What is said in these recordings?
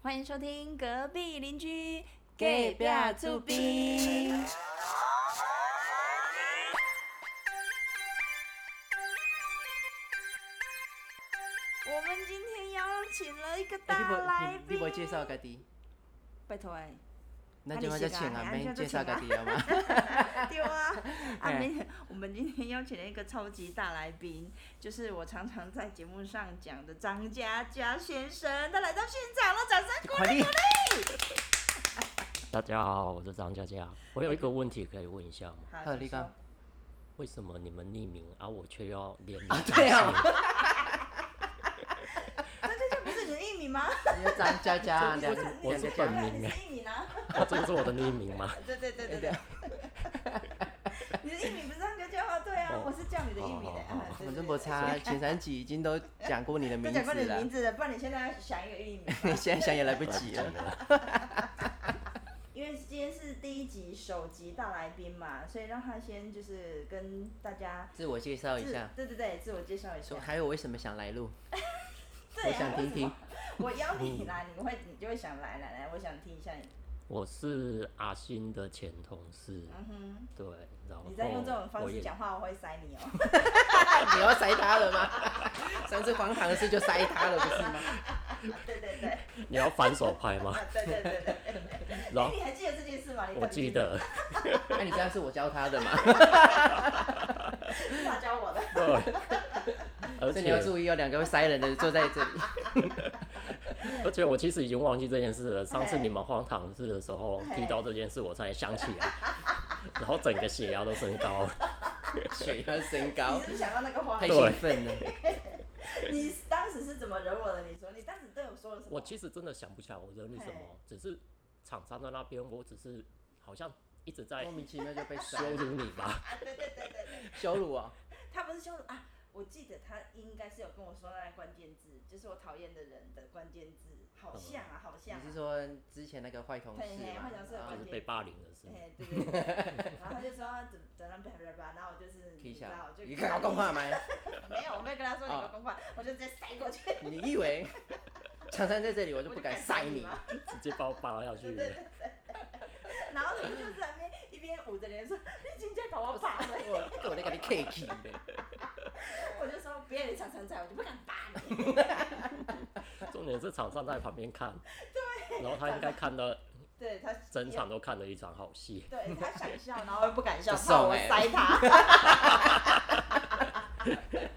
欢迎收听隔壁邻居隔壁厝边我们今天邀请了一个欸大来你宾，无你无介绍家己，拜托哎、咱即马才请阿啊你是啊免介绍家己好吗？ 对 啊，啊哎没，我们今天邀请了一个超级大来宾，就是我常常在节目上讲的张嘉佳先生，他来到现场了，掌声鼓快励点鼓励。大家好，我是张佳佳。我有一个问题可以问一下吗？好，请你说讲，为什么你们匿名，而、我却 要啊联名？对哦，这就不是你的艺名吗？ 你要张佳佳，我两个是啊我两是个本佳，名你哎是艺名 啊？啊这个是我的匿名吗？对对对对对 对。你的艺名不是张佳佳吗？对啊哦，我是叫你的艺名的哦哦哦啊。对反正没。 差。前三集已经都讲过你的对对对都名讲过字你的了名，字了，不然你现在要想一个艺名。 现在想也来不及 了。因为今天是第一集首集大来宾嘛，所以让他先就是跟大家自我介绍一自下，对对对，自我介绍一下说。还有为什么想来录？ 对我啊想听听。。 我邀你来，你会你就会想来来来，我想听一下你。我是阿星的前同事，嗯哼，对，然后你再用这种方哦我式也讲话，我会塞你哦。 你要塞他了吗？ 上次黄唐的事就塞他了，不是吗？ 对对对，你要反手拍 吗？对对对对。 然哎，后你还记得这件事吗？你我记，得，那你知道是我教他的吗？是他教我的。对，而所以你要且注意哦，两个会塞人的坐在这里。 而且我其实已经忘记这件事了。上次嘿你们荒唐事的时候嘿提到这件事，我才想起来，然后整个血压都升高了。血压升你高是，不是想到那个画太面？兴奋了。你当时是怎么惹我的？你说你当时对我说了什么？我其实真的想不起来我惹你什么嘿，只是厂商在那边，我只是好像一直在莫名其妙就被塞羞辱你吧。啊，对对对对对，羞辱哦，他不是羞辱啊。我记得他应该是有跟我说那个关键字，就是我讨厌的人的关键字，好像啊，好像、你啊。是说之前那个坏同事嘿嘿吗坏同事？啊就是被霸凌的事，哎，对对对，然后他就说怎怎样叭叭叭，然后我就是可以你知想道，我，就你跟我讲话吗？没有，我没有跟他说你给我公话，我就直接塞过去，你以为常常在这里我我就不敢塞你？嘛。直接把我扒下对去了对。对对。然后他们就在那边一边捂着脸说：“你今天搞我爸了。我我在跟你客气的，” 我就说：“别人常常在，我就不敢打你。重点是厂商在旁边 看，然后他应该看到对”他整场都看了一场好戏。对他想 笑，然后又不敢笑，不怕送我欸塞他。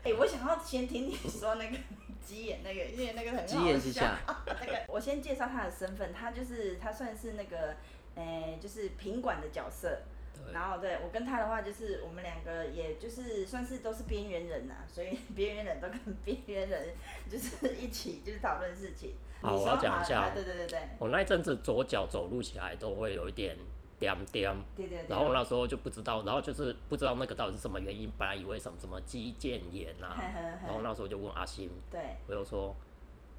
哎、我想要先听你说那个鸡眼那个，因为那个很好鸡眼之笑下。那个，我先介绍他的身份，他就是他算是那个，诶、就是品管的角色。对，然后对我跟他的话，就是我们两个，也就是算是都是边缘人呐、啊所以边缘人都跟边缘人 就是一起就是讨论事情。好你我说要讲一下哦啊对对对对我那一阵子左脚走路起来都会有一点颠颠。对对对。然后那时候就不知道，然后就是不知道那个到底是什么原因，本来以为什么什么肌腱炎啊嘿嘿嘿，然后那时候就问阿星，对我又说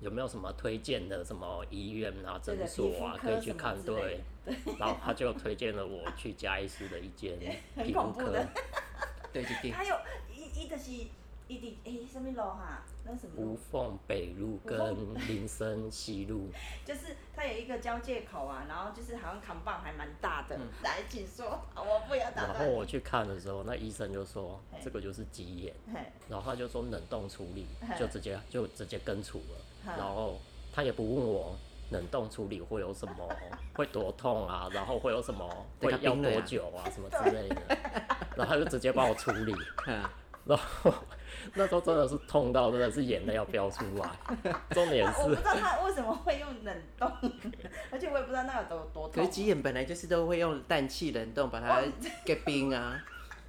有没有什么推荐的什么医院啊、对诊的，所皮肤啊科可以去什么看？之类对的，然后他就推荐了我去嘉义市的一间 很皮恐肤怖科的，对对对，还有伊伊就是伊伫诶什么路哈、那什么无路？缝北路跟林森西 路，就是它有一个交界口啊，然后就是好像扛棒还蛮大的。嗯来，请说，我不要打然断。后我去看的时候，那医生就说 嘿这个就是鸡眼，嘿，然后他就说冷冻处 理嘿，就直接就直接根除哈了，然后他也不问我。冷冻处理会有什么？会多痛啊？然后会有什么？对会他要冰了呀多久啊？什么之类的？然后他就直接帮我处理。 嗯，然后那时候真的是痛到真的是眼泪要飙出来，重点我不是知道他为什么会用冷冻，而且我也不知道那有多多可痛是。鸡眼本来就是都会用氮气冷冻把哦它给 冰啊，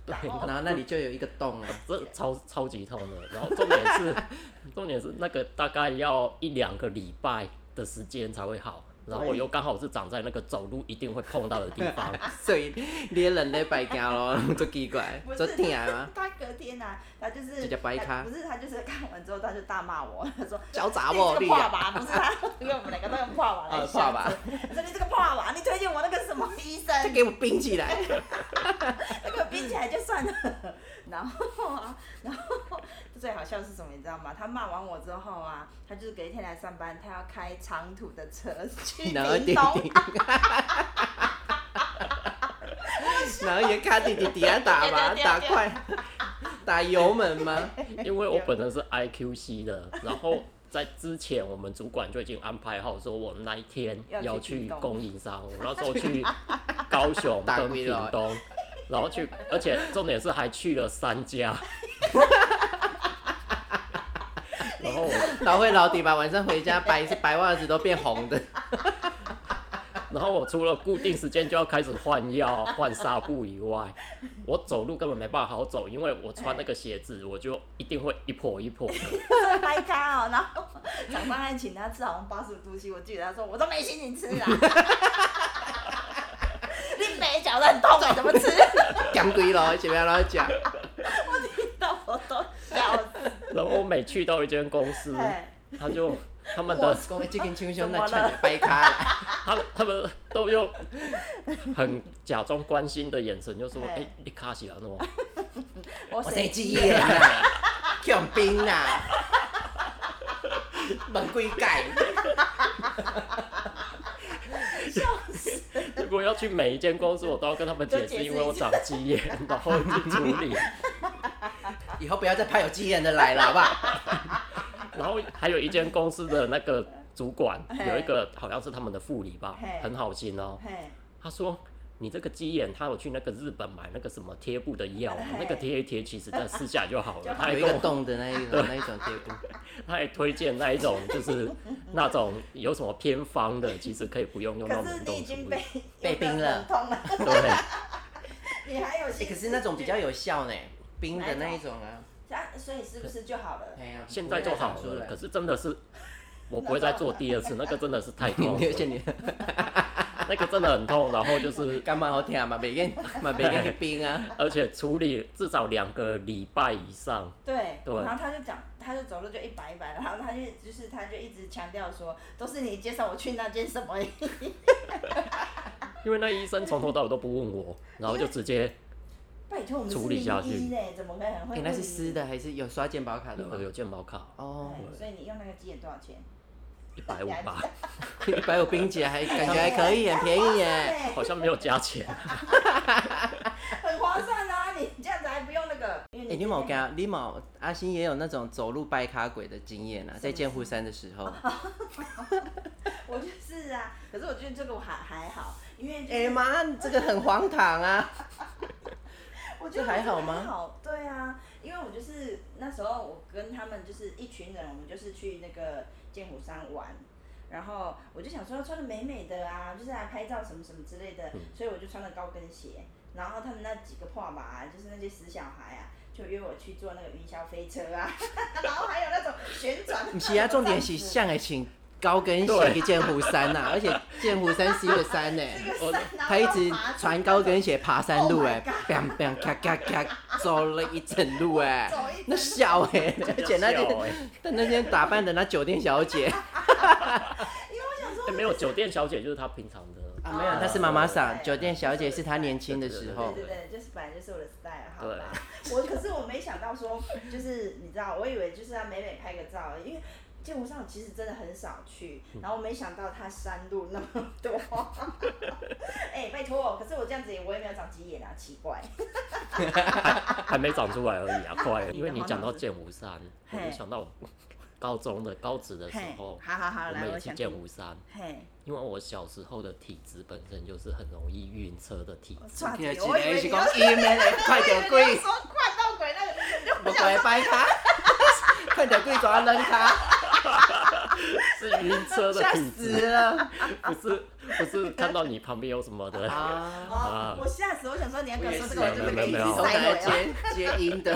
然后那里就有一个洞啊，这超超级痛的。然后重点是 重点是那个大概要一两个礼拜的时间才会好。然后我又刚好是长在那个走路一定会碰到的地方，所以你的人类白干咯， 做奇怪不，是做疼 吗？他隔天呐、啊，他就是直接掰开不是他就是 看完之后他就大骂我，他说脚砸你我这你个破啊！娃，不是他， 因为我们两个都用破娃 来呃笑 破娃这他说你这个破娃，你推荐我那个什么医生？再给我冰起来！ 那个冰起来就算了，然后啊，然后最好笑是什么，你知道吗？他骂完我之后啊，他就是隔一天来上班，他要开长途的车 去然后屏弟东。弟，然后也卡弟弟底下打 吧，对对对对打快，打油门吗？因为我本身是 IQC 的，然后在之前我们主管就已经安排好，说我那一天要要去去屏东供 应商，我那时候去高雄打跟鬼屏了东，然后去，而且重点是还去了三家。然后我，老会老底吧，晚上回家白白袜子都变红的， 然后我除了固定时间就要开始换药、换纱布以外，我走路根本没办法好走，因为我穿那个鞋子，我就一定会一跛一跛的。掰开哦，然后长官还请他吃好像八十五度 C，我记得他说我都没心情吃 啊，你每脚都很痛啊，怎 么吃？讲鬼佬前面老讲，到我都笑死。然后我每去到一间公司，哎他 就他们我的讲这根枪胸那穿的掰开了，他们他们都用很假装关心的眼神，就说：“哎、哎你卡起来了吗我 我生谁鸡眼啦，强兵啦，问鬼改， 如果要去每一间公司，我都要跟他们解就解释，释因为我长鸡眼，然后去处理，以后不要再派有鸡眼的来了，好不好？然后还有一间公司的那个主管嘿有一个好像是他们的副理吧嘿，很好心哦，嘿，他说。”你这个鸡眼，他有去那个日本买那个什么贴布的药嘛嘿，那个贴一贴，其实在私下就好 了。就好他还有一跟个我洞的那一种那一种贴布。 他还推荐那一种，就是那种有什么偏方的，其实可以不用用到可是冷你已冻处经理。被被冰了很痛了， 对，你还有 欸心？可是那种比较有效呢，冰的那一种啊。啊，所以是不是就好了？哎呀，现在就好不会了。再长可出是真的是，我不会再做第二次，那个真的是太痛来。 你而且了，你那个真的很痛。然后就是，干嘛好听啊嘛？每天嘛每天去冰啊，而且处理至少两个礼拜以上。对，对然后他就讲，他就走路就一摆一摆，然后他就就是他就一直强调说，都是你介绍我去那间什么， 因为那医生从头到尾都不问我，然后就直接拜托我们是处理下去名医呢，怎么可能会哎问你？那是湿的还是有刷健保卡的吗有？呃有健保卡哦，对所以你用那个鸡眼多少钱？一百五 吧，一百五冰姐还感觉还可以，很便 宜耶。哎好像没有加钱。很划算啊！你这样子还不用那个，因为哎，你你某跟你某阿星也有那种走路掰卡鬼的经验啊，在剑湖山的时候。哦我就是啊，可是我觉得这个我还还好，因为就是哎妈，这个很荒唐啊！ 我觉得这还好吗还好，对啊，因为我就是那时候我跟他们就是一群人，我们就是去那个剑湖山玩。然后我就想说穿的美美的啊，就是来拍照什么什么之类的，嗯所以我就穿了高跟鞋。然后他们那几个破马、啊，就是那些死小孩啊，就约我去坐那个云霄飞车啊， 然后还有那种旋转。不是啊，重点是向来请高跟鞋去剑湖山 啊呐，而且剑湖山是一个山呢。我哦他一直穿高跟鞋爬山路啊 Oh 哎、 my 欸，b a n g bang 咔咔咔，走了一整路哎、 走一整路那笑哎、而且那笑天，欸但那天打扮的那酒店小姐欸没有酒店小姐就是她平常的啊，没有，她是妈哦妈桑，酒店小姐是她年轻的时候对，对对，就是本来就是我的 style，好对吧。 我可是我没想到说，就是你知道，我以为就是要美美拍个照，因为剑湖山我其实真的很少去，嗯然后我没想到它山路那么 多。哎、拜托，可是我这样子也我也没有长鸡眼啊，奇怪。呃还没长出来而已啊，快了！你的因为你讲到剑湖山，我就想到我高中的高职的时候，好好好，我来，们我也去想剑听。湖山。嘿，因为我小时候的体质本身就是很容易晕车的体我质，差点，今啊我以天为是你讲要 伊妹嘞，快点我以为你跪要，说快到鬼那个，我过来掰她，快点跪，抓扔她，是 晕车的吓体质，死了不是不是看到你旁边有什 么的。啊！哦啊，我吓死，我想说你要跟我说这个，我我也是就被没一有没有直都塞来回来。接接音的，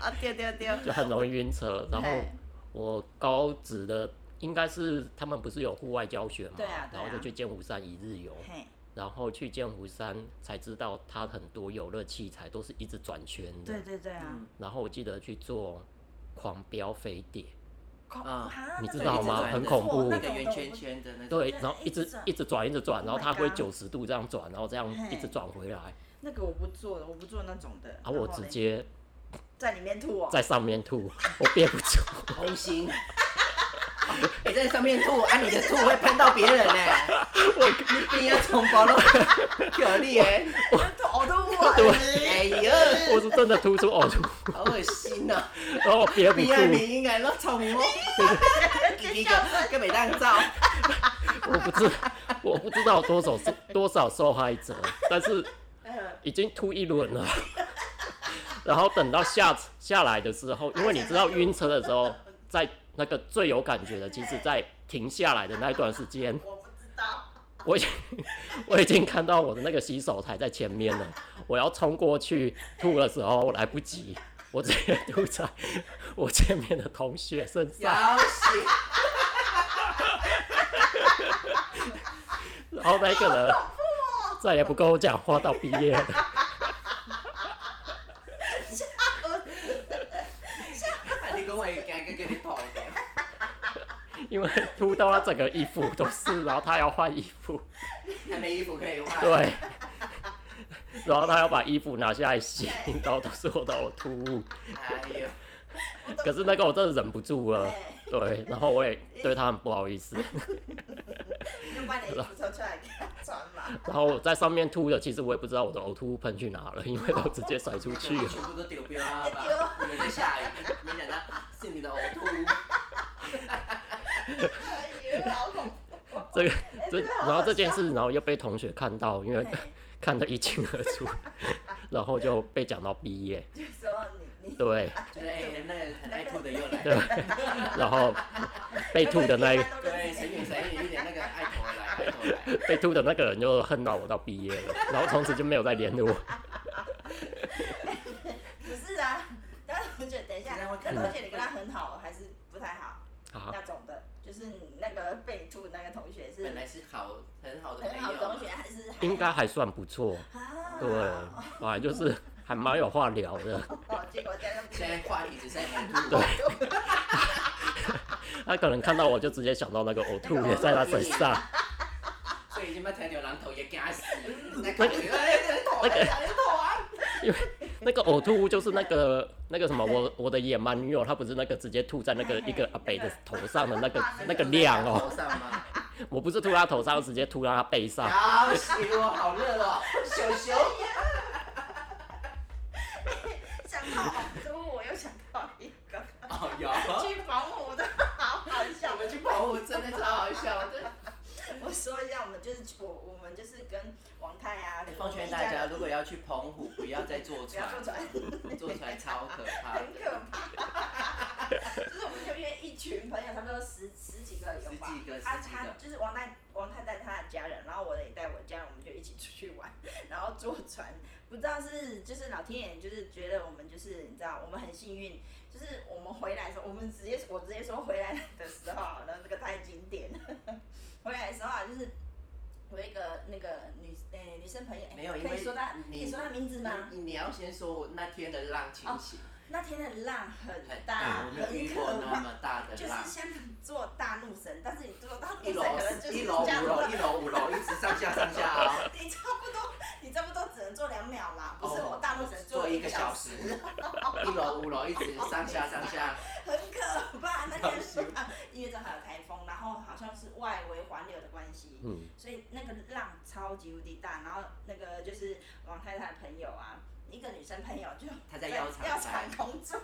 啊，丢丢丢。就很容易晕车。然后嘿我高职的应该是他们不是有户外教学嘛，对啊对然啊后就去剑湖山一日游，嘿，然后去剑湖山才知道它很多游乐器材都是一直转圈的。对对对啊。然后我记得去做狂飙飞碟，啊啊你那知种道一直吗转很的恐错怖 那一个种圆的圈我圈的那种，对，对然后一一直直转一直转一直转， Oh 然后 my 它会 God 九十度这样转，然后这样嘿一直转回来，那个我不做的，我不做那种的。然后然我后直嘞接在里面吐哦、在上面吐，我憋不住， 红心。你在上面吐，啊，你的吐会喷到别人呢、我你要从包了， 可厉害，我吐呕吐物啊，你哎呀，我是真的吐出哦呕吐，好恶心啊呐、然后我憋不你爱住，你应该落臭名哦，一个个袂当走，我不知我不知道多少受多少受害者，但是嗯已经吐一轮了。 然后等到下下来的时候，因为你知道晕车的时候，在那个最有感觉的，其实在停下来的那一段时间，我不知道，我已经 我已经看到我的那个洗手台在前面了，我要冲过去吐的时候我来不及，我直接吐在我前面的同学身上，要死，然后那个人再也不跟我讲话到毕业了。啊，你讲话今个叫你吐的，因为吐到他整个衣服都是，然后他要换衣服，还没衣服可以换，对，然后他要把衣服拿下来洗，然后都是我的呕吐物。哎呦，可是那个我真的忍不住了，哎对，然后我也对他很不好意思，你就把你的衣服抽出来给他穿嘛，然后我在上面吐的，其实我也不知道我的呕吐物喷去哪了，因为都直接甩出去了。全部都丢标了吧？你们在下雨，没想到是你的呕吐物。哎呦，好恐怖，这个哎这，真的好然后这件好笑事，然后又被同学看到，因为看得一清二 楚，然后就被讲到毕业，就说你你对，对，哎那个很爱吐的又来对了。，然后被吐的那一。对，神隐神隐一点那个爱头来，爱头来。被吐的那个人就恨到我到毕业了，然后从此就没有再联络我。不是啊，但是我觉得等一下，人家会那看同学你跟他很好还是不太好？啊，那种的，就是你那个被吐那个同学是本来是好很好的朋很好的同学友，还是还应该还算不错，啊？对，本来就是还蛮有话聊的。哦，结果在那现边在话题只剩呕吐。他可能看到我就直接想到那个呕吐也在他身上，所以即摆听到人头也惊死，那个哎哦那个啊，因为那个呕吐就是那个那个什么，我我的野蛮女友，她不是那个直接吐在那个一个阿北的头上的那个那个量哦，头上吗？我不是吐他头上，直接吐到他背上。好死我，好热哦，熊熊，想到呕吐，我又想到一个哦有，去保姆的，好好笑我。们去跑步真的超好笑的。我说一下，我们就是我我们就是跟王太啊，哎奉劝大家，如果要去澎湖，不要再坐不要坐船，船，坐船超可怕很的，可怕。 就是我们就约一群朋友，差不多十十几个有吧？十几个啊，十几他个就是王太王太带他的家人，然后我也带我家人，我们就一起出去玩，然后坐船。不知道是就是老天爷就是觉得我们就是你知道我们很幸运，就是我们回来的时候，我们直接我直接说回来的时候啊，然后这个太经典了。 回来的时候啊，就是我有一个那个女诶、女生朋友，诶没有因为可以说她可你以说她名字吗？你你要先说我那天的浪情形，那天的浪很很大，大，我啊没有很遇过可那怕。么大的就是浪。像你做大怒神，但是你做大怒一神楼可能就是一这楼样五楼子，一楼五楼一直上下上下啊， 你差不多，你差不多只能做两秒嘛，不是哦我大怒神坐一一个个小时，一楼五楼一直上下上下，很可怕。那好天 笑啊，因为正好有台风，然后好像是外围环流的关系，嗯，所以那个浪超级无敌大。然后那个就是王太太的朋友啊，一个女生朋友就他在药药厂厂待，工作，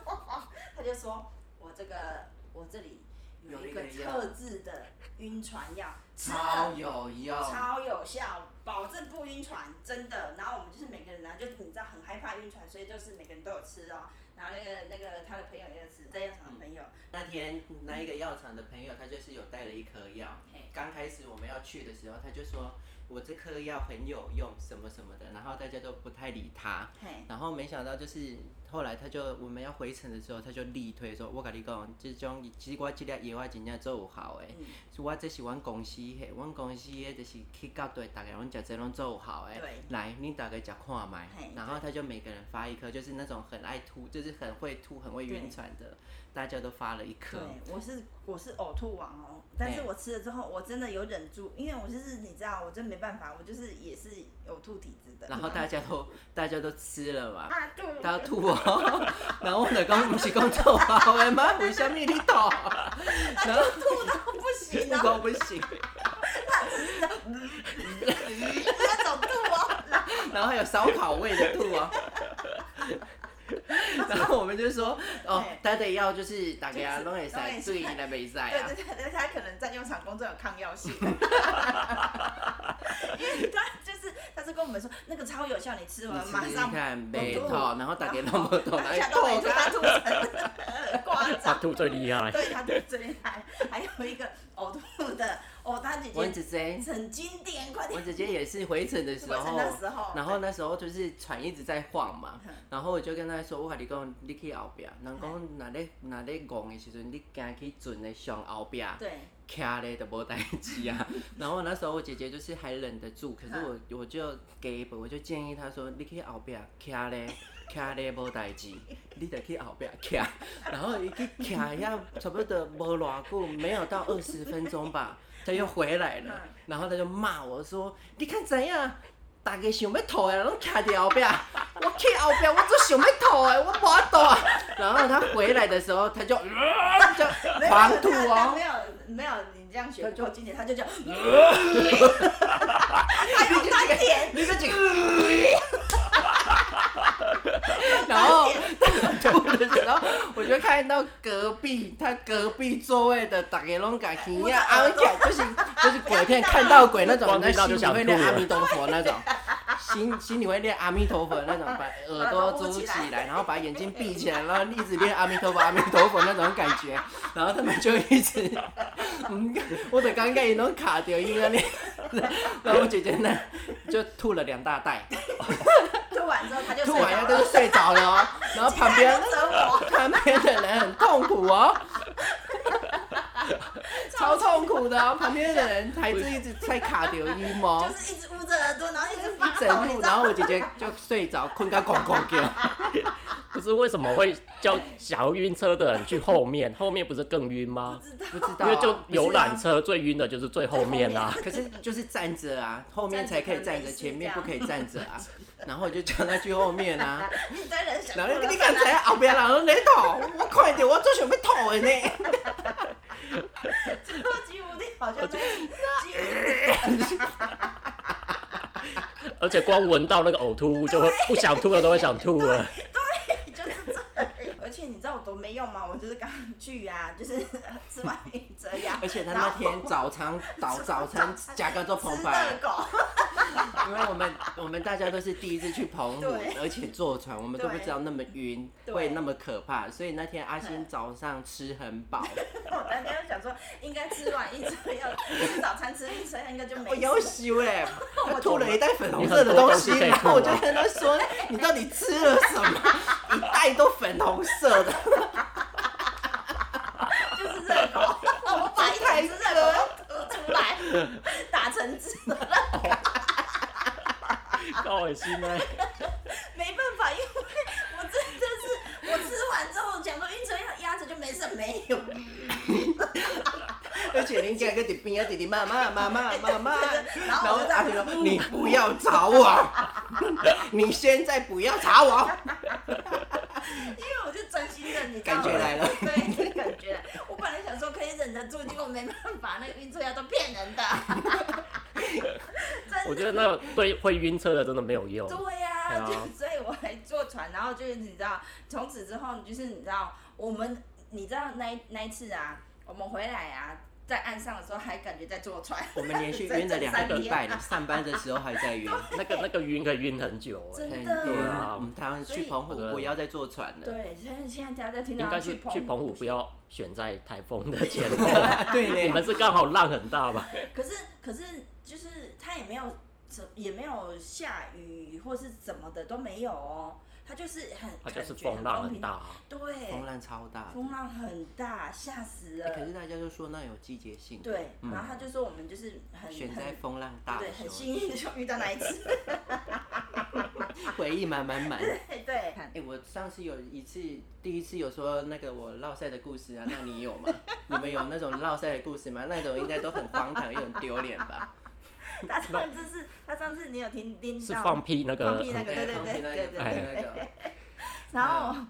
他就说我这个我这里有一个特制的晕船药，吃超了有用，超有效，保证不晕船，真的。然后我们就是每个人呢、啊就是你知道很害怕晕船，所以就是每个人都有吃哦。然后那个那个他的朋友也有吃，在药厂的朋友，那天那一个药厂的朋友，他就是有带了一颗药嘿。刚开始我们要去的时候，他就说我这颗药很有用，什么什么的，然后大家都不太理他。嘿，然后没想到就是后来他就我们要回程的时候，他就力推说：“我跟你讲，这种其实我这粒药我真正做好欸诶，嗯是我这是阮公司嘿，阮公司诶就是去到对，大家拢食这拢做好诶。对来，你大概吃看麦嘿，然后他就每个人发一颗，就是那种很爱吐，就是很会吐、很会晕船的，大家都发了一颗对。，我是我是呕吐王哦，但是哎我吃了之后，我真的有忍住，因为我就是你知道，我真没办法，我就是也是呕吐体质的。然后大家 都大家都吃了嘛，啊，对，大家吐哦， 然后我就讲不是讲做啊，我 妈为什么你吐？哦 然后吐到不 行，然我后讲不行，那种吐哦，然后然后还有烧烤味的吐哦。 然后我们就说哦哎，大家要就是啊大就家是拢会使都可以，对伊来袂使对啊。对对对，他可能在用场工作有抗药 性，因为他就是他是跟我们说那个超有效，你吃完你马试试上看呕没吐痛然后大 家都没痛然后哎吓到没吐吐，他吐成夸他张。吐最厉害，对他的最爱，还有一个呕吐的哦，他姐文姐子 姐，很经典，快我点！姐姐也是回程的时我候是，那时候，然后那时候就是船一直在晃嘛嗯，然后我就跟她说，我跟你讲，你去后壁，人讲若咧若咧戆的时阵，你行去船的上后壁，对徛咧就无代志啊。然后那时候我姐姐就是还忍得住，可是我我就给一本，我就建议她说，你去后壁徛咧。徛咧无代志，你得去后壁徛， 然后伊去徛遐差不多无偌久，没有到二十分钟吧，他又回来了嗯，然后他就骂我说：“你看怎样？大家想要吐的，拢徛伫后壁，我去后壁，我就想要吐的，我无法度啊。”然后他回来的时候，他就、 呃、就没有狂吐他哦没。有没有，你这样学他不就够经典，他就 叫， 你这他点，你这 几个，然后吐的时候，我就看到隔壁他隔壁座位的大家拢敢听呀，阿弥陀就是就是鬼片看到鬼 那种，光那听到心就里想会念吐阿了弥陀佛那种， 心心里会念阿弥陀佛那种，把耳朵捂遮起起来来，然后把眼睛闭起来，然后一直念阿弥陀佛阿弥陀佛那种感 觉，然后他们就一直，嗯，我的尴尬也能卡掉，因为那。 然后我姐姐呢，就吐了两 大袋，吐完之后他就吐睡完着她就了是睡着了、哦，然后旁边 其他人都折磨旁边的人很痛 苦哦，超痛苦的哦，旁边的人还是一直在卡掉音毛 就，是一直捂着耳朵，然后一直发一抖，整你路，知然道后我吗？姐姐就睡着，困个咣咣叫。不是为什么会叫想要晕车的人去后面？后面不是更晕吗？知道不知道、因啊，为就游览车。车最晕的就是最后面啊啦、 可是就是站着啊，后面才可以站着，前面不可以站着啊。 然后我就叫她去后面啊。一堆人想然吐后了你刚才后边人拢在吐，我看着我做想要吐的呢。 超级无敌，好像在几乎而且光闻到那个呕吐物就会不想吐了，都会想吐 了。就是这样。而且你知道我多没用吗？我就是刚去呀、就是吃完晕车呀，而且他然那后天早餐早早餐加个做澎吃湃 热，狗，因为我们我们大家都是第一次去澎湖对，而且坐船，我们都不对知道那么晕，对会那么可怕，所以那天阿星早上吃很饱，我那天就想说，应该吃完晕车药，吃早餐吃晕车药应该就没我事要羞哎， 我吐了一袋粉红色的东西，你很多东西可以然后我就吐啊跟他说，你到底吃了什么？ 一袋都粉红色的，就是热狗，我把一台是热狗吐出来，打成汁，好恶心啊哎、没办法，因为我真的是我吃完之后想说哎晕车药压着就没事，没有，而且你讲个弟边啊弟弟妈妈妈妈妈妈，然然后后我就阿平说你不要找我， 你现在不要找我，因为我就专心的，你知道吗感觉来了。对，这感觉来。我本来想说可以忍得住，结果没办法，那个晕车药都骗人 的。我真觉的。得那个对会晕车的真的没有 用。对呀、对啊就所以我还坐船，然后就是你知道，从此之后就是你知道，我们你知道那一那一次啊，我们回来啊，在岸上的时候还感觉在坐船，我们连续晕了两个礼拜，你上班的时候还在晕。那个那个晕可以晕很久哎、真很的晕啊我们台湾去澎湖所以不要再坐船了。对，所以现在大家在听到应该去是澎去澎湖不要选在台风的前后， 对你呢，们是刚好浪很大吧？可是可是就是它也没有怎也没有下雨或是怎么的都没有哦，它就是很它就是感觉风浪公很平大、啊。对，风浪超大的。风浪很大，吓死欸可了。是大家就说那有季节性，对，嗯然后他就说我们就是很选在很风浪大对，的很时 幸运的就遇到那一次。候，回忆满满满。对对，看哎、。我上次有一次，第一次有说那个我落赛的故事啊，那你有 吗？你们有那种落赛的故事吗？那种应该都很荒唐，又很丢脸吧？他上次是，他上次你有听听到是放屁那放个 哦屁那个，对对对对对哎对。那个然后嗯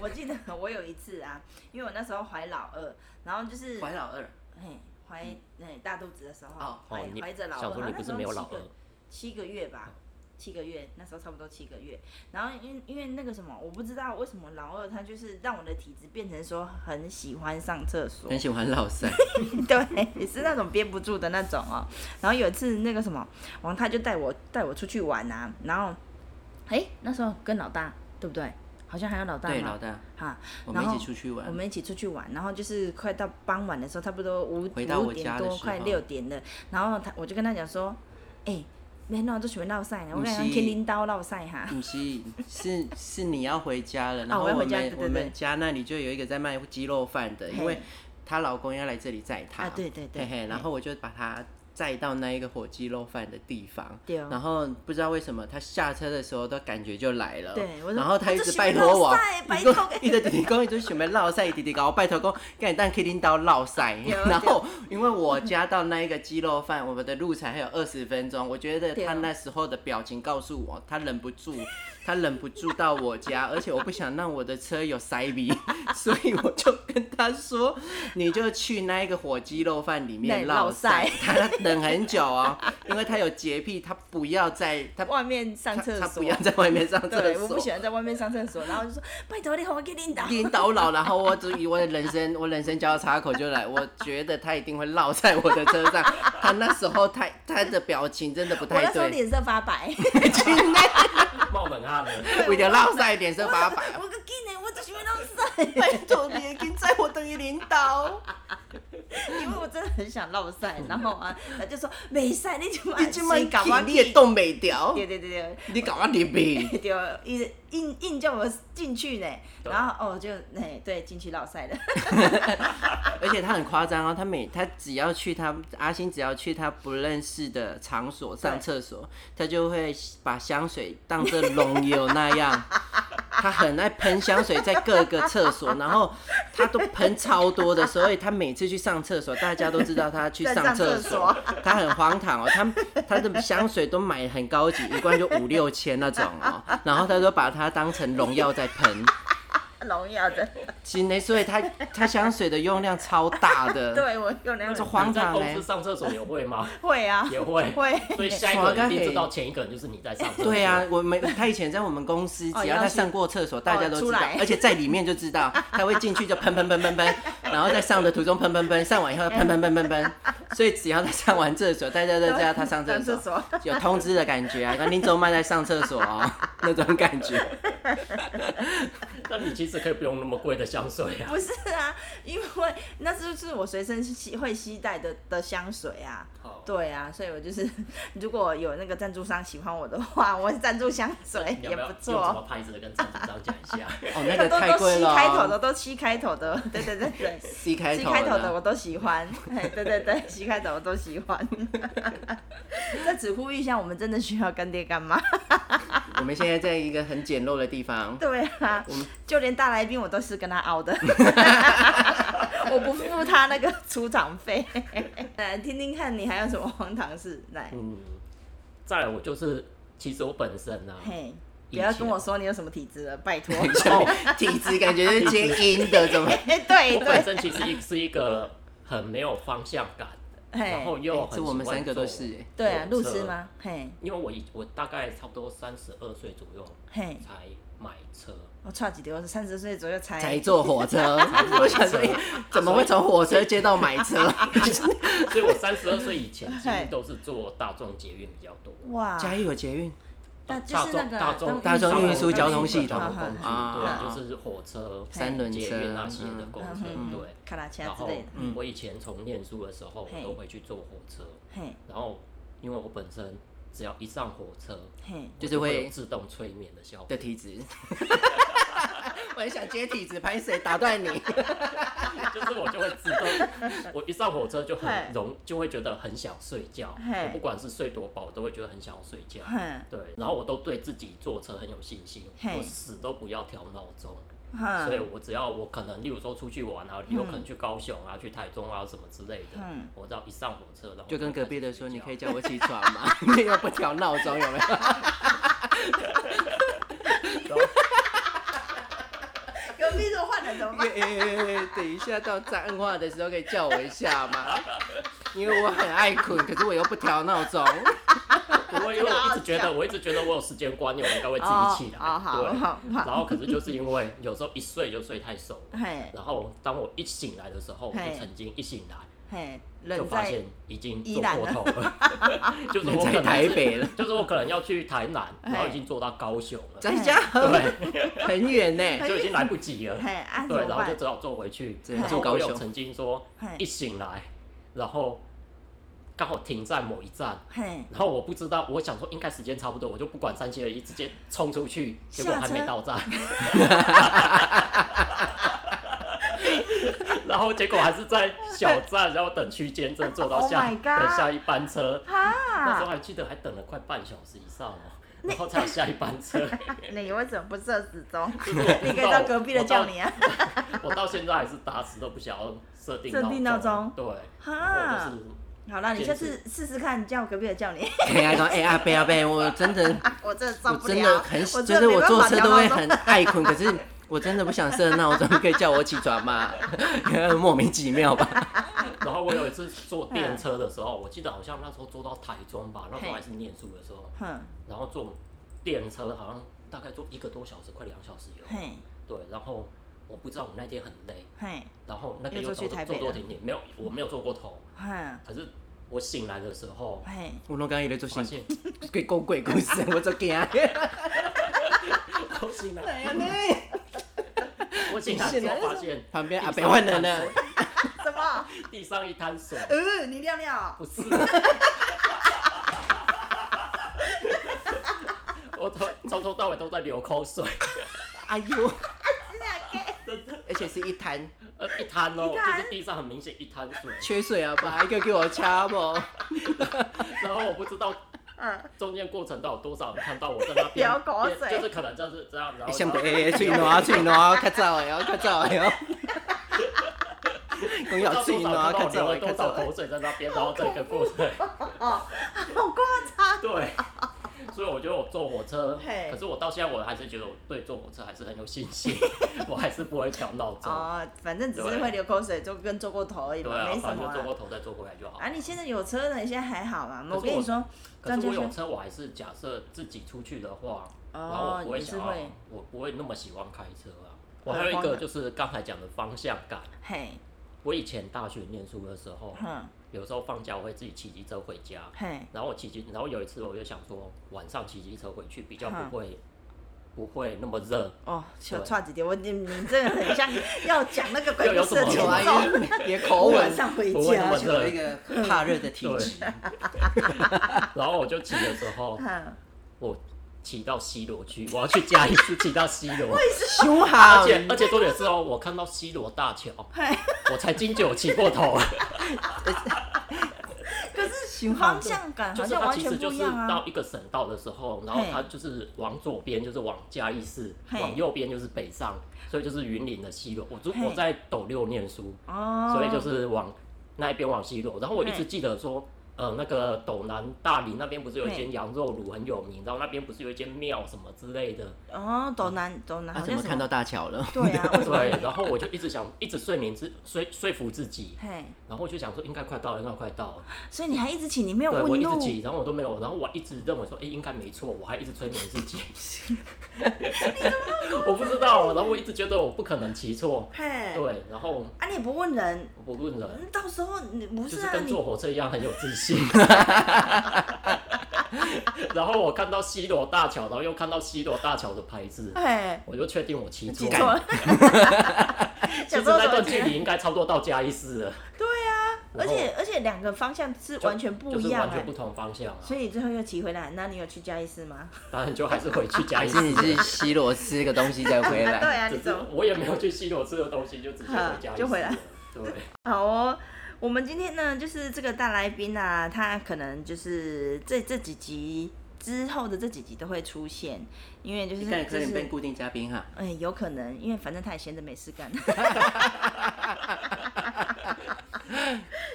我记得我有一次啊，因为我那时候怀老二，然后就是怀老二，嘿怀哎大肚子的时候哦，怀哦，你怀着老二，想说你好不像是没有老那时候七 个，七二个月吧，七个月，那时候差不多七个月。然后因因为那个什么，我不知道为什么老二他就是让我的体质变成说很喜欢上厕所，很喜欢落赛， 对，也是那种憋不住的那种哦。然后有一次那个什么，王太就带我带我出去玩啊，然后，哎，那时候跟老大对不对？好像还有老大对嘛老大，哈，我们一然起后出去玩我，们一起出去玩，然后就是快到傍晚的时候，差不多五回到我五点家的多，时快候六点了。然后他我就跟他讲说，哎、没弄就喜欢闹赛呢，我不跟他是天灵刀闹赛哈。不嗯是，是是你要回家了，然啊后我要我回们、家对对我对们家那里就有一个在卖鸡肉饭的，因为嘿她老公要来这里载她，啊，对对对，嘿嘿，然后我就把她载到那一个火鸡肉饭的地方。对哦然后不知道为什么，她下车的时候都感觉就来了。对我说然后她一我就直想拜托落我塞，拜你给我托你的弟弟公一直想要落塞，弟弟搞我拜托公，跟你当 K 领导落塞对。然后因为我家到那一个鸡肉饭，我们的路程还有二十分钟，我觉得对哦他那时候的表情告诉我，他忍不住，他忍不住到我家， 而且我不想让我的车有塞鼻， 所以我就跟他说，你就去那一个火鸡肉饭里面那里落落塞塞，他等很久哦，因为他有洁癖，他不要在他外面上他厕他所不，要在外面上厕所，对，我不喜欢在外面上厕所，然后就说拜托你给我天灵刀。颠倒老，然后我只以我的人生，我人生交叉口就来，我觉得他一定会落在我的车上。他那时候他他的表情真的不我太那时候对，脸色发 白，冒冷汗了。为了落在脸色发白。我个劲呢，我就喜欢闹赛，拜托你已经在我等于领导，因为我真的很想闹 赛。然后啊，他就说没赛，你就你这么搞搞我你也动不掉，对对对对。你搞我脸皮。 对，硬硬硬叫我进去呢，对然后哦就哎对进去老 赛了，而且他很夸张哦，他每他只要去他阿星只要去他不认识的场所上厕所，他就会把香水当着龙油那 样，他很爱喷香水在各个厕所，然后他都喷超多的，所以他每次去上厕所，大家都知道他去上厕在上厕所他很荒唐哦，他他的香水都买很高级，一罐就五六千那种哦，然后他都把它当成荣耀在喷。荣耀的，真的，所以他他香水的用量超大 的，对我用两是种荒你在唐欸公嘞司。上厕所也会吗？会啊，也会。会，所以下一个人一定知道前一个人就是你在上厕所。对啊，，我们他以前在我们公司，哦只要他上过厕所，大家都出知道来，而且在里面就 知道，他会进去就喷喷喷喷喷，然后在上的途中喷喷喷，上完以后喷喷喷 喷喷，所以只要他上完厕所，大家都知道他上厕上厕所，所，有通知的感觉啊，跟林周曼在上厕 所哦，那种感觉。那你其实可以不用那么贵的香水 啊。不是啊，因为那就是我随身吸会吸带的的香水啊，好，对啊，所以我就是 如果有那个赞助商喜欢我的话，我赞助香水你要也不要不用什错么哦。牌子的跟赞助商讲 一下？哦，那都个太都贵七了开头哦的，都七开头的，对对对对， C 开七头开头的的，我都喜 欢，嘿对对对，七开头我都喜欢。在此呼吁一下，我们真的需要干爹干 妈。我们现在在一个很简陋的地方，对啊，就连大来宾我都是跟他熬 的，我不付他那个出场 费。来听听看你还有什么荒唐事来？嗯，再来我就是，其实我本身啊，嘿，不以前要跟我说你有什么体质了，拜 托。体质感觉是接阴的，怎么？ 哎， 对我对，本身其实一是一个很没有方向感，然后嘿，又很哎这喜欢我们三个都坐是哎。对啊，坐路车痴？吗？嘿，因为我一我大概差不多三十二岁左右嘿，才买车，我差几丢，三十岁左右才才坐 火车，我想说怎么会从火车接到买车？ 所以我三十二岁以前几乎都是坐大众捷运比较多。哇，嘉义有捷运，那大就是那个大众大众运输交通系统大众运输交通工啊具，对，就是火车、三轮车捷运那些的公嗯车，嗯对。卡拉车然之后类的，嗯我以前从念书的时候，嘿我都会去坐火车，嘿，然后因为我本身只要一上火车，嘿。就是我会有自动催眠的效果的。体质， 我很想接体子，拍谁打断你？就是我就会自 动，我一上火车就嘿很容，就会觉得很想睡觉。嘿我不管是睡多饱，我都会觉得很想睡觉。哼对，然后我都对自己坐车很有信心，嘿嗯我死都不要调闹钟。哼，所以我只要我可能，例如说出去玩啊，有可能去高雄啊、去台中啊什么之类的，嗯我只要一上火车，然后 就跟开始隔壁的说，睡你觉可以叫我起床 吗？你又不调闹钟，有没 有？隔壁如果换了怎么办？欸等一下到脏话的时候可以叫我一下吗？因为我很爱困，可是我又不调闹钟。 我因为我一直觉得，我一直觉得我有时间观念，我应该会自己起来。哦哦好对，好好然后可是就是因为有时候一睡就睡太熟了，嘿然后当我一醒来的时候，我嘿就曾经一醒来嘿，就人发在现已经宜坐兰过了头了， 就是 人我在可能台北了，就是我可能要去台南，然后已嘿经坐到高雄了，在家对，很远呢。就已经来不及了。 嘿啊怎对，么然后就办？只好坐回去。只能然后坐我高有雄曾经说嘿一醒来，然后刚好停在某一站，嘿，然后我不知道，我想说应该时间差不多，我就不管三七二一，直接冲出去，结果下还没车到 站。然后结果还是在小站，然后等区间证坐到 Oh 下、 my God 等下一班车。那时哈，候还记得还等了快半小时以上哦，然后才有下一班车。 你为什么不设时钟？就是 我不你知可以道到我隔壁的我叫到你 啊！我到现在还是打死都不想要设定设定闹钟啊对，然后哈 就，是好啦，你下坚持次试试看，叫隔壁的叫你。 哎呀，说哎阿贝阿贝，我真的啊我真的受我不了真的，很喜，我就真是的没我办坐法车聊都会到很爱困，可是我真的不想设闹钟，可以叫我起床吗？ 莫名其妙吧？然后我有一次坐嗯电车的时候，我记得好像那时候坐到台中吧，那时候还是念书的时候，哼然后坐电车好像大概坐一个多小时，快两小时有。嘿对，然后我不知道我那天很累，嘿然后那个又又坐去走台坐北多了停停，没有，我没有坐过头，哼可是我醒来的时候嘿，我拢刚刚在做发新，现，鬼讲鬼故 事，我做惊。 我醒 来，呀呢？我醒来之醒来的时后候发现旁边地阿伯上换一滩人了水，什么？地上一滩水，呃，你尿尿？ 不是。我从从头到尾都在流口水， 哎呦，真的假真的，而且是一滩呃，一滩哦，一滩就是地上很明显一滩水，缺水啊，把一个给我掐不？ 然后我不知道的？中间过程到有多少人看到我在 那边流口水边就是可能就是这样，然哎，后像得哎，吹暖吹暖，较早的哦，较早的哦。 讲不知道要啊吹多少暖，看到较早的，较早的我流了多少口。水在那边，然后整个过程， 哦，好夸张！啊对。所以我觉得我坐火车嘿，可是我到现在我还是觉得我对坐火车还是很有信 心，我还是不会调闹钟。哦，反正只是会流口水，就跟坐过头而已对嘛，啊没，什反么正就坐过啊。头再坐回来就好。啊，你现在有车了，你现在还好嘛？可是我跟你我说，可是我有张车，我还是假设自己出去的话，然后哦我，不你会是想要会，我不会那么喜欢开车啊。我还有一个就是刚才讲的方向感。嘿，我以前大学念书的时候，哼有时候放假我会自己骑机车回家，嘿，然后我骑机，然后有一次我就想说晚上骑机车回去比较嗯不会不会那么热，哦，小对差几点，我你你这个很像要讲那个鬼有故事的什么前有啊， 奏。也也口我吻晚， 上回不会那家么，就有一个怕热的体质。 然后我就骑的时候哼，我骑到西罗去，我要去嘉义市骑到西罗，胸好而，且而且重点是哦，我看到西罗大桥，嘿。我才经久骑 过头啊。可是方向感就好是像它完其全实不就一是样啊到。一个省道的时候，然后嘿它就是往左边就是往嘉义市，嘿往右边就是北上，所以就是云林的西螺。我住嘿我在斗六念书，哦，所以就是往那一边往西螺。然后我一直嘿记得说，呃，那个斗南大理那边不是有一间嘿羊肉炉很有名，然后那边不是有一间庙什么之 类的，哦，走南走南，啊他好怎像么什看到？大桥了？对啊，为什么？ 对。然后我就一直想，一直说明自说说服自己，嘿，然后我就想说应该快到了，应该快到了。所以你还一直请，你没有对，我问一直路，骑，然后我都没有，然后我一直认为说，哎、应该没错，我还一直催眠自 己。我不知道，然后我一直觉得我不可能骑错，嘿，对，然后啊，你也不问人，我不问人，嗯到时候你不就是是啊，跟坐你火车一样很有自信。 然后我看到西罗大桥，然后又看到西罗大桥的牌子，嘿，我就确定我骑错记。 错了，其实想说那怎么段骑距离应该差不多到嘉义市了，对啊， 而然后且而且两个方向是就完全不就是一样完哎、全不同方向啊。所以你最后又骑回来，那你有去嘉义市吗？当然就还是回去家 还里是吃你去西罗吃个东西再回啊 对来？啊，只你是怎么？我也没有去西罗吃的东西，就直接回家 里就回来吃了。对，好哦，我们今天呢，就是这个大来宾啊，他可能就是这这几集之后的这几集都会出现，因为就是你看，可就能变是。固定嘉宾哈。哎、有可能，因为反正他也闲着没事干，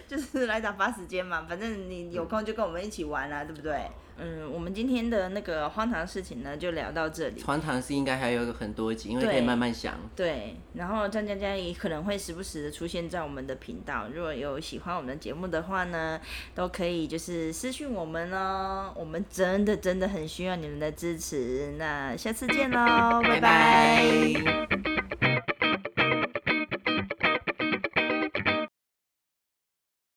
就是来打发时间嘛。反正你有空就跟我们一起玩啊啦、对不对？嗯，我们今天的那个荒唐事情呢，就聊到这里。传糖是应该还有很多集，因为可以对慢慢想。对，然后张佳佳也可能会时不时的出现在我们的频道。如果有喜欢我们的节目的话呢，都可以就是私讯我们 哦。我们真的真的很需要你们的支持。那下次见喽，拜拜